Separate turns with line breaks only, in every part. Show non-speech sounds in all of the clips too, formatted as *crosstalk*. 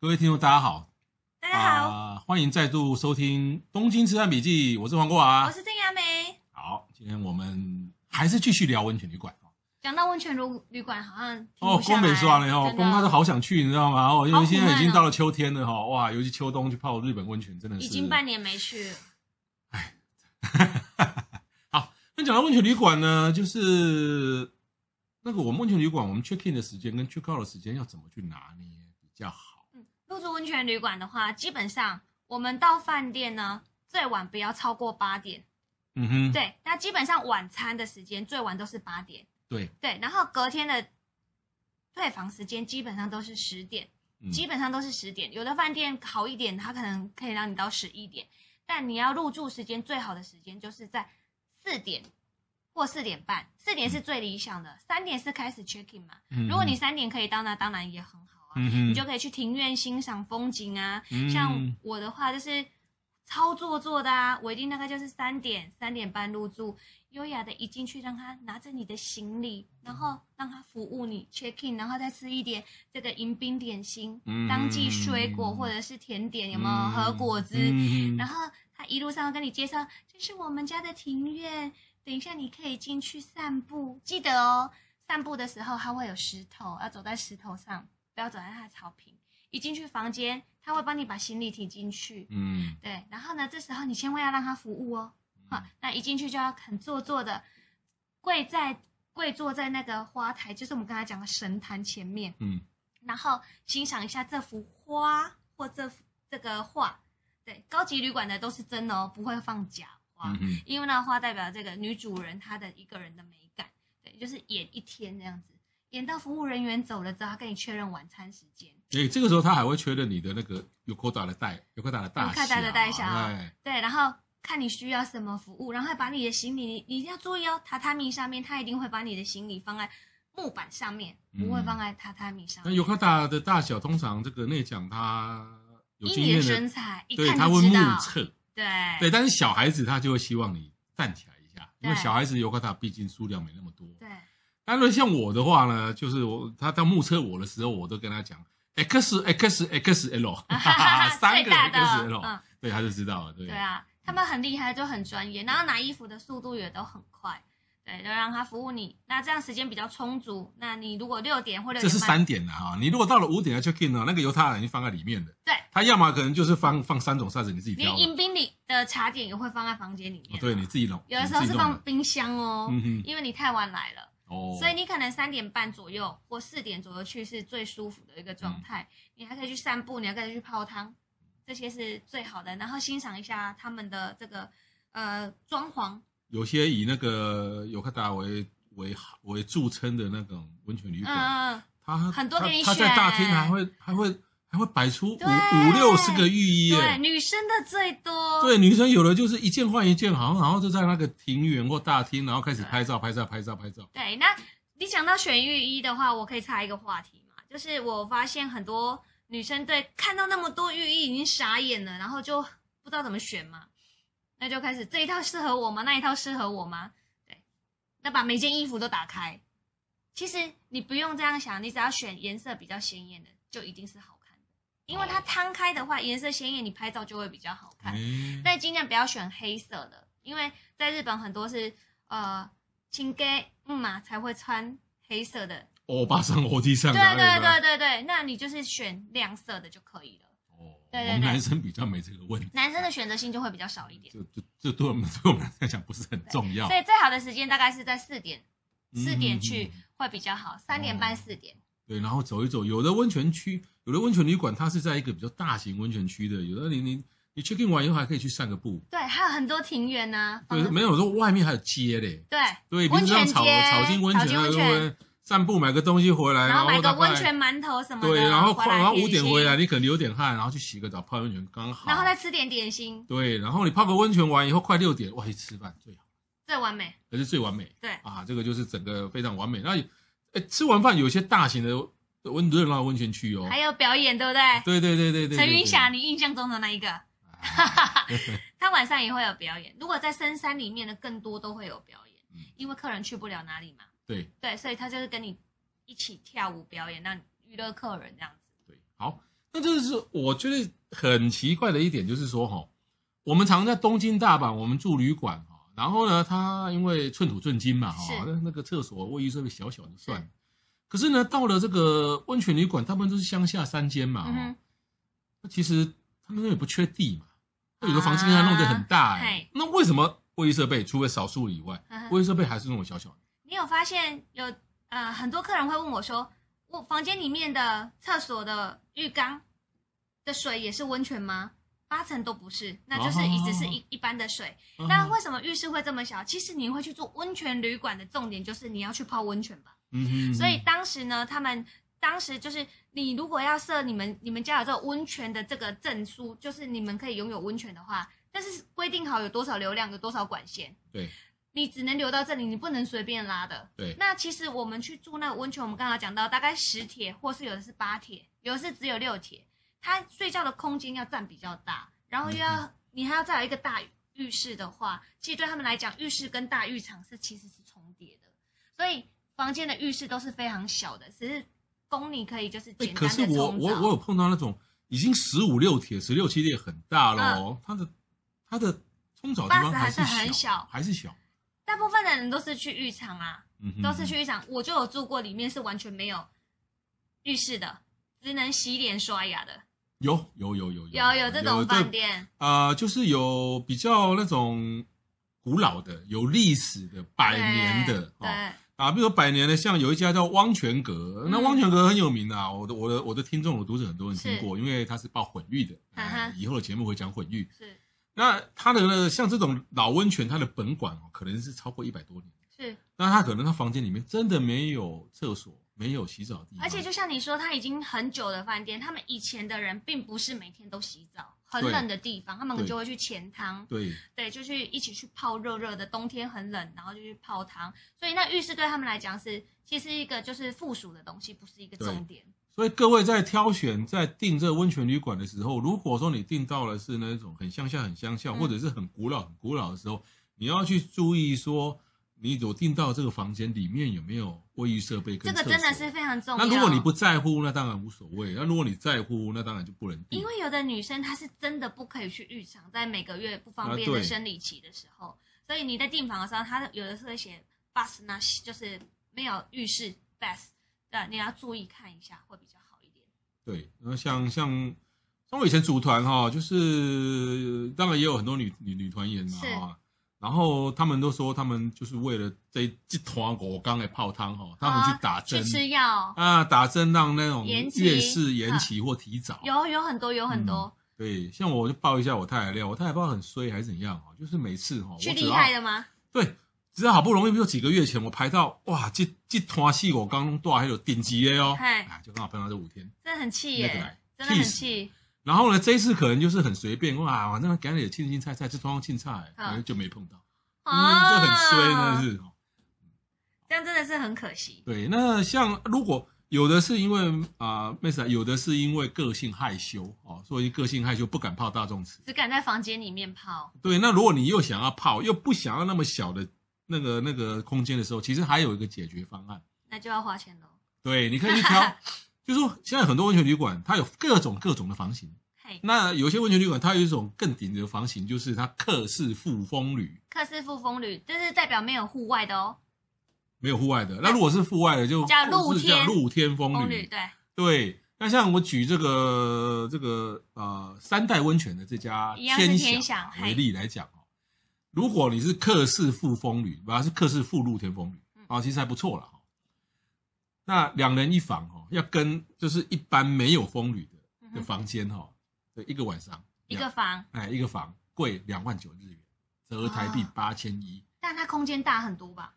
各位听众，大家好，
大家好，
啊欢迎再度收听《东京吃汉笔记》，我是黄国华
我。是郑雅梅。
好，今天我们还是继续聊温泉旅馆
讲到温泉旅旅馆，好像停
哦。
不下
宫
来
本说完了哦，
真的
宫他都好想去，你知道吗？哦，因为现在已经
好苦闷哦
到了秋天了哈、哦，哇，尤其秋冬去泡日本温泉真的是
已经半年没去了。
好，那讲到温泉旅馆呢，就是那个我们温泉旅馆，我们 check in 的时间跟 check out 的时间要怎么去拿捏比较好？
入住温泉旅馆的话，基本上我们到饭店呢，最晚不要超过八点。
嗯哼，
对，那基本上晚餐的时间最晚都是八点。
对，
对，然后隔天的退房时间基本上都是十点，
嗯
基本上都是十点。有的饭店好一点，它可能可以让你到十一点，但你要入住时间最好的时间就是在四点或四点半，四点是最理想的，三点是开始 check in 嘛。
嗯
如果你三点可以到，那当然也很好啊，
嗯哼，
你就可以去庭院欣赏风景啊。
嗯
像我的话就是。超做作的啊！我一定大概就是三点三点半入住，优雅的一进去，让他拿着你的行李，然后让他服务你 check in，然后再吃一点这个迎宾点心，
嗯
当季水果或者是甜点，有没有
嗯
和果子？
嗯
然后他一路上跟你介绍，这是我们家的庭院，等一下你可以进去散步，记得哦，散步的时候他会有石头，要走在石头上，不要走在他的草坪。一进去房间，他会帮你把行李提进去，
嗯
对，然后呢，这时候你千万要让他服务哦，哈，那一进去就要很做作的跪在跪坐在那个花台，就是我们刚才讲的神坛前面，
嗯
然后欣赏一下这幅花或这幅这个画。对，高级旅馆的都是真的哦，不会放假花，
嗯嗯
因为那花代表这个女主人她的一个人的美感。对，就是演一天这样子，演到服务人员走了之后，他跟你确认晚餐时间。
哎、这个时候他还会确认你的那个 Yokota 的带 Yokota 的大小，
Yokota 的大小
哎
对，然后看你需要什么服务，然后还把你的行李，你你一定要注意哦，榻榻米上面他一定会把你的行李放在木板上面，不会
嗯
放在榻榻米上
那
面。
尤克达的大小，通常这个内讲他有
以
经
你的
验
身
的，
材，一
对
看
他
就
会
知
目
道。哎
测，
对
对。但是小孩子他就会希望你站起来一下，因为
对
小孩子尤克达毕竟数量没那么多。
对
但是像我的话呢，就是我他他目测我的时候，我都跟他讲 X X X L，三
*laughs* 最
个
大的
X L，
嗯
对，他就知道了，对
对。啊，他们很厉害，就很专业，然后拿衣服的速度也都很快，对，就让他服务你。那这样时间比较充足，那你如果六点或六
这
点
是
半，
三点的啊哈，你如果到了五点要 check in 呢，那个犹太人已经放在里面的，
对，
他要么可能就是放放三种 size，你自己挑
连
吧，
迎宾里的茶点也会放在房间里
哦
面。
对，你自己弄，
啊有的
你
时
自
候
己
是
弄
放冰箱哦，
嗯哼
因为你太晚来了，
哦，
所以你可能三点半左右或四点左右去是最舒服的一个状态。
嗯
你还可以去散步，你还可以去泡汤，这些是最好的。然后欣赏一下他们的这个呃装潢，
有些以那个尤克达为为为著称的那种温泉旅
嗯
馆，
嗯。嗯
它
很多
它
给你
它在
选
大厅还会还会还会摆出五
对
五六十个浴衣
对，
耶。
女生的最多。
对，女生有的就是一件换一件，好像然后就在那个庭园或大厅，然后开始拍照、拍照、拍照、拍照。
对那你讲到选浴衣的话，我可以插一个话题嘛，就是我发现很多女生对看到那么多浴衣已经傻眼了，然后就不知道怎么选嘛，那就开始这一套适合我吗？那一套适合我吗？对，那把每件衣服都打开。其实你不用这样想，你只要选颜色比较鲜艳的，就一定是好看的，因为它摊开的话，颜色鲜艳，你拍照就会比较好看。
哎，
但尽量不要选黑色的，因为在日本很多是呃青给嗯嘛才会穿黑色的。
欧巴桑、欧弟上，
对啊对对对对，那你就是选亮色的就可以了。
哦，
对对
我们
对
男生比较没这个问题，
男生的选择性就会比较少一点，
就就就对我们对我们来讲不是很重要
所。以最好的时间大概是在四点
嗯
四点去会比较好，三点
哦
半四点。
对，然后走一走，有的温泉区，有的温泉旅馆，它是在一个比较大型温泉区的，有的你你你 check in 完以后还可以去散个步，
对，还有很多庭园呐、
对，
房子
没有说外面还有街嘞，
对
对，比
哦温
如像
泉
草
街
草金温
草
泉
金
啊，
温
对不对
泉
散步买个东西回来，
然后买个
大概
温泉馒头什么的，
对，然后
回
快，
来
然后
点
五点
心
回来，，你可能流点汗，然后去洗个澡，泡温泉刚好。
然后再吃点点心，
对，然后你泡个温泉完以后，快六点，哇，去吃饭最好，
最完美。
而是最完美。
对
啊，这个就是整个非常完美。那，哎，吃完饭有些大型的温热闹的温泉区哦，
还有表演，对不
对对对对对，啊
陈云霞，
对，
你印象中的那一个，
对
*laughs* 他晚上也会有表演。如果在深山里面的，更多都会有表演
嗯，
因为客人去不了哪里嘛。
对
对，所以他就是跟你一起跳舞表演，让你娱乐客人这样子。
对，好，那这是我觉得很奇怪的一点，就是说哈、我们常在东京、大阪，我们住旅馆哈、然后呢，它因为寸土寸金嘛哈、
是
那那个厕所卫浴设备小小就算了，可是呢，到了这个温泉旅馆，他们都是乡下山间嘛哈、
嗯哼
那其实他们那也不缺地嘛，那有的房间还弄得很大、
啊
哎
嘿
那为什么卫浴设备除了少数以外，
呵呵
卫浴设备还是那种小小的？
嗯你有发现有呃很多客人会问我说，我房间里面的厕所的浴缸的水也是温泉吗？八成都不是，那
哦
就是一直是一、一般的水。
嗯
那为什么浴室会这么小？其实你会去做温泉旅馆的重点就是你要去泡温泉吧。
嗯哼
所以当时呢，他们当时就是你如果要设你们你们家有这个温泉的这个证书，就是你们可以拥有温泉的话，但是规定好有多少流量，有多少管线，
对
你只能流到这里，你不能随便拉的。
对
那其实我们去住那个温泉，我们刚刚讲到，大概十铁，或是有的是八铁，有的是只有六铁，它睡觉的空间要占比较大，然后又要、
嗯
你还要再有一个大浴室的话，其实对他们来讲，浴室跟大浴场是其实是重叠的，所以房间的浴室都是非常小的，只是供你可以就是
哎、
简单
可是
的
我
冲
我
澡。
我有碰到那种已经十五六铁、十六七铁很大喽，它的它的冲澡地方
bus
还
嗯还
是
是很
小
小，
还是小，
大部分的人都是去浴场啊，
嗯哼
都是去浴场，我就有住过，里面是完全没有浴室的，只能洗脸刷牙的。
有有有有
有有这种饭
对
店，
啊、就是有比较那种古老的、有历史的、百年的
对
哦啊，比如说百年的，像有一家叫汪泉阁，那
嗯
汪泉阁很有名啊，我的我的我的听众、我的读者很多人听
是
过，因为它是报混浴的，
嗯
哎
哼
以后的节目会讲混浴。
是
那它的呢，像这种老温泉，它的本馆哦，可能是超过一百多年。
是，
那它可能它房间里面真的没有厕所，没有洗澡的地方，
而且就像你说，它已经很久的饭店，他们以前的人并不是每天都洗澡，很
对
冷的地方，他们
对
就会去钱汤，
对
对，就去一起去泡热热的，冬天很冷，然后就去泡汤，所以那浴室对他们来讲是其实一个就是附属的东西，不是一个
对
重点。
所以各位在挑选、在订这温泉旅馆的时候，如果说你订到了是那种很乡下、很乡下，
嗯
或者是很古老、很古老的时候，你要去注意说，你有订到这个房间里面有没有卫浴设备
这
跟厕
个
所。
真的是非常重要。
那如果你不在乎，那当然无所谓；那如果你在乎，那当然就不能订
因。为有的女生她是真的不可以去浴场，在每个月不方便
啊
的
对
生理期的时候，所以你在订房的时候，她有的是会写 bus 那些，就是没有浴室 b a s 对，你要注意看一下会比较好一点。
对，然后像像像我以前组团哈、就是当然也有很多女女女团员嘛
是
哈、然后他们都说他们就是为了这一这团我刚来泡汤哈、他们去打针
啊去吃药，
啊打针让那种
延期啊
月事延期或提早。
有有很多有很多，
对，像我就爆一下我太太料，我太太不知道很衰还是怎样哦，就是每次哈、我
去
只
厉
要
害的吗？
对，只要好不容易，比如几个月前我排到哇，这这团戏我刚弄大还有顶级的哦，
嗨
哎，就刚好碰到这五天。
真的很气
那个
耶
来，
真的很
气死
气。
然后呢，这一次可能就是很随便，哇，反正赶紧青青菜菜，这通青菜，
嗯
反正就没碰到，嗯，
啊
这很衰，真的是。哦
这样真的是很可惜。
对，那像如果有的是因为啊，妹、子啊，有的是因为个性害羞哦，所以个性害羞不敢泡大众池。
只敢在房间里面泡，
对，那如果你又想要泡，又不想要那么小的那个那个空间的时候，其实还有一个解决方案，
那就要花钱喽。
对，你可以去挑。就是说，现在很多温泉旅馆，它有各种各种的房型。
嘿，
那有些温泉旅馆，它有一种更顶级的房型，就是它客室复风旅。
克氏复风旅，这是代表没有户外的哦，
没有户外的。那如果是户外的，就
叫露
是叫
天
露天风
风
旅
旅。对，
对，那像我举这个这个呃三代温泉的这家
一样是
天
天
享
享
为
嘿
例来讲哦，如果你是客室附风旅，不是客室附露天风旅
嗯
啊，其实还不错了哈。那两人一房哦，要跟就是一般没有风旅
嗯
的的
哼
房间哈，对，一个晚上
一个房。
哎一个房贵两万九日元，折合台币
啊
八千一。
但它空间大很多吧？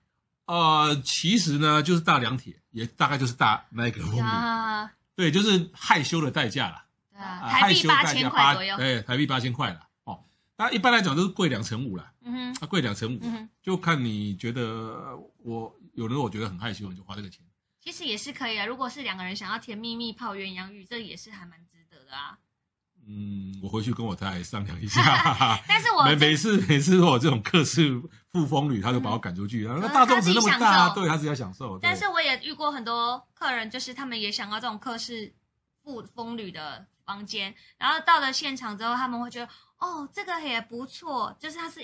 呃，其实呢，就是大凉铁，也大概就是大那个风雨，
啊，
对，就是害羞的代价啦。
对啊，
啊
台
害
币
羞
八
代
千
价啊
块左右，
对，台币八千块啦。哦，那一般来讲都是贵两成五啦，
嗯哼，
啊，贵两成五，
嗯哼，
就看你觉得呃我有人我觉得很害羞，你就花这个钱。
其实也是可以啊。如果是两个人想要甜蜜蜜泡鸳鸯浴，这也是还蛮值得的啊。
嗯，我回去跟我太太商量一下。
但 *laughs* 是我
每
这
每次每次我这种客是富风旅，他就把我赶出去。那、
嗯
大众只那么大，
他自己享受
对他自己要享受。对
但是我也遇过很多客人，就是他们也想要这种客室不风旅的房间，然后到了现场之后，他们会觉得哦，这个也不错，就是它是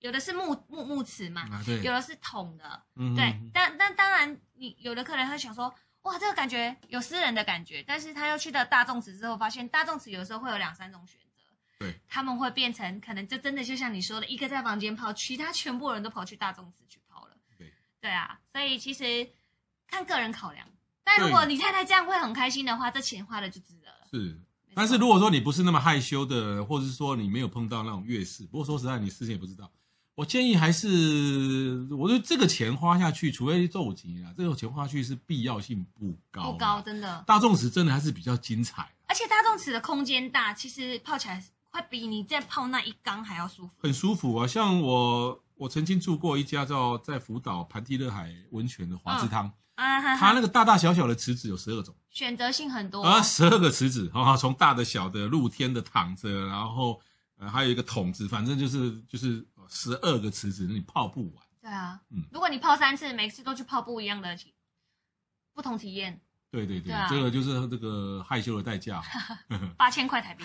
有的是木木木瓷嘛，
啊，对，
有的是桶的，
嗯
对
嗯，
但但当然，你有的客人会想说，哇，这个感觉有私人的感觉，但是他又去到大众池之后，发现大众池有时候会有两三种选择，
对，
他们会变成可能就真的就像你说的，一个在房间泡，其他全部人都跑去大众池去泡了，
对，
对啊，所以其实看个人考量，但如果你太太这样会很开心的话，这钱花的就值得了。
是。但是如果说你不是那么害羞的，或者是说你没有碰到那种月事，不过说实在，你事先也不知道。我建议还是，我觉得这个钱花下去，除非奏级啊，这个钱花下去是必要性不高。
不高，，真的，
大众池真的还是比较精彩，
而且大众池的空间大，其实泡起来会比你在泡那一缸还要舒服。
很舒服啊。像我，我曾经住过一家叫在福岛盘地热海温泉的华之汤，
啊哈
它
哈，
那个大大小小的池子有十二种。
选择性很多哦
啊，十二个池子啊，从大的、小的、露天的、躺着，然后呃还有一个桶子，反正就是就是十二个池子，你泡不完。
对啊，
嗯
如果你泡三次，每次都去泡不一样的体，不同体验，
对对对，
对啊
这个就是这个害羞的代价。嗯
八千
*laughs*
块台币。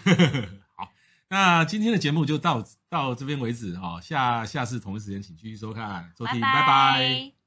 好， *laughs* 那今天的节目就到到这边为止哈、下下次同一时间请继续收看收听，拜拜
拜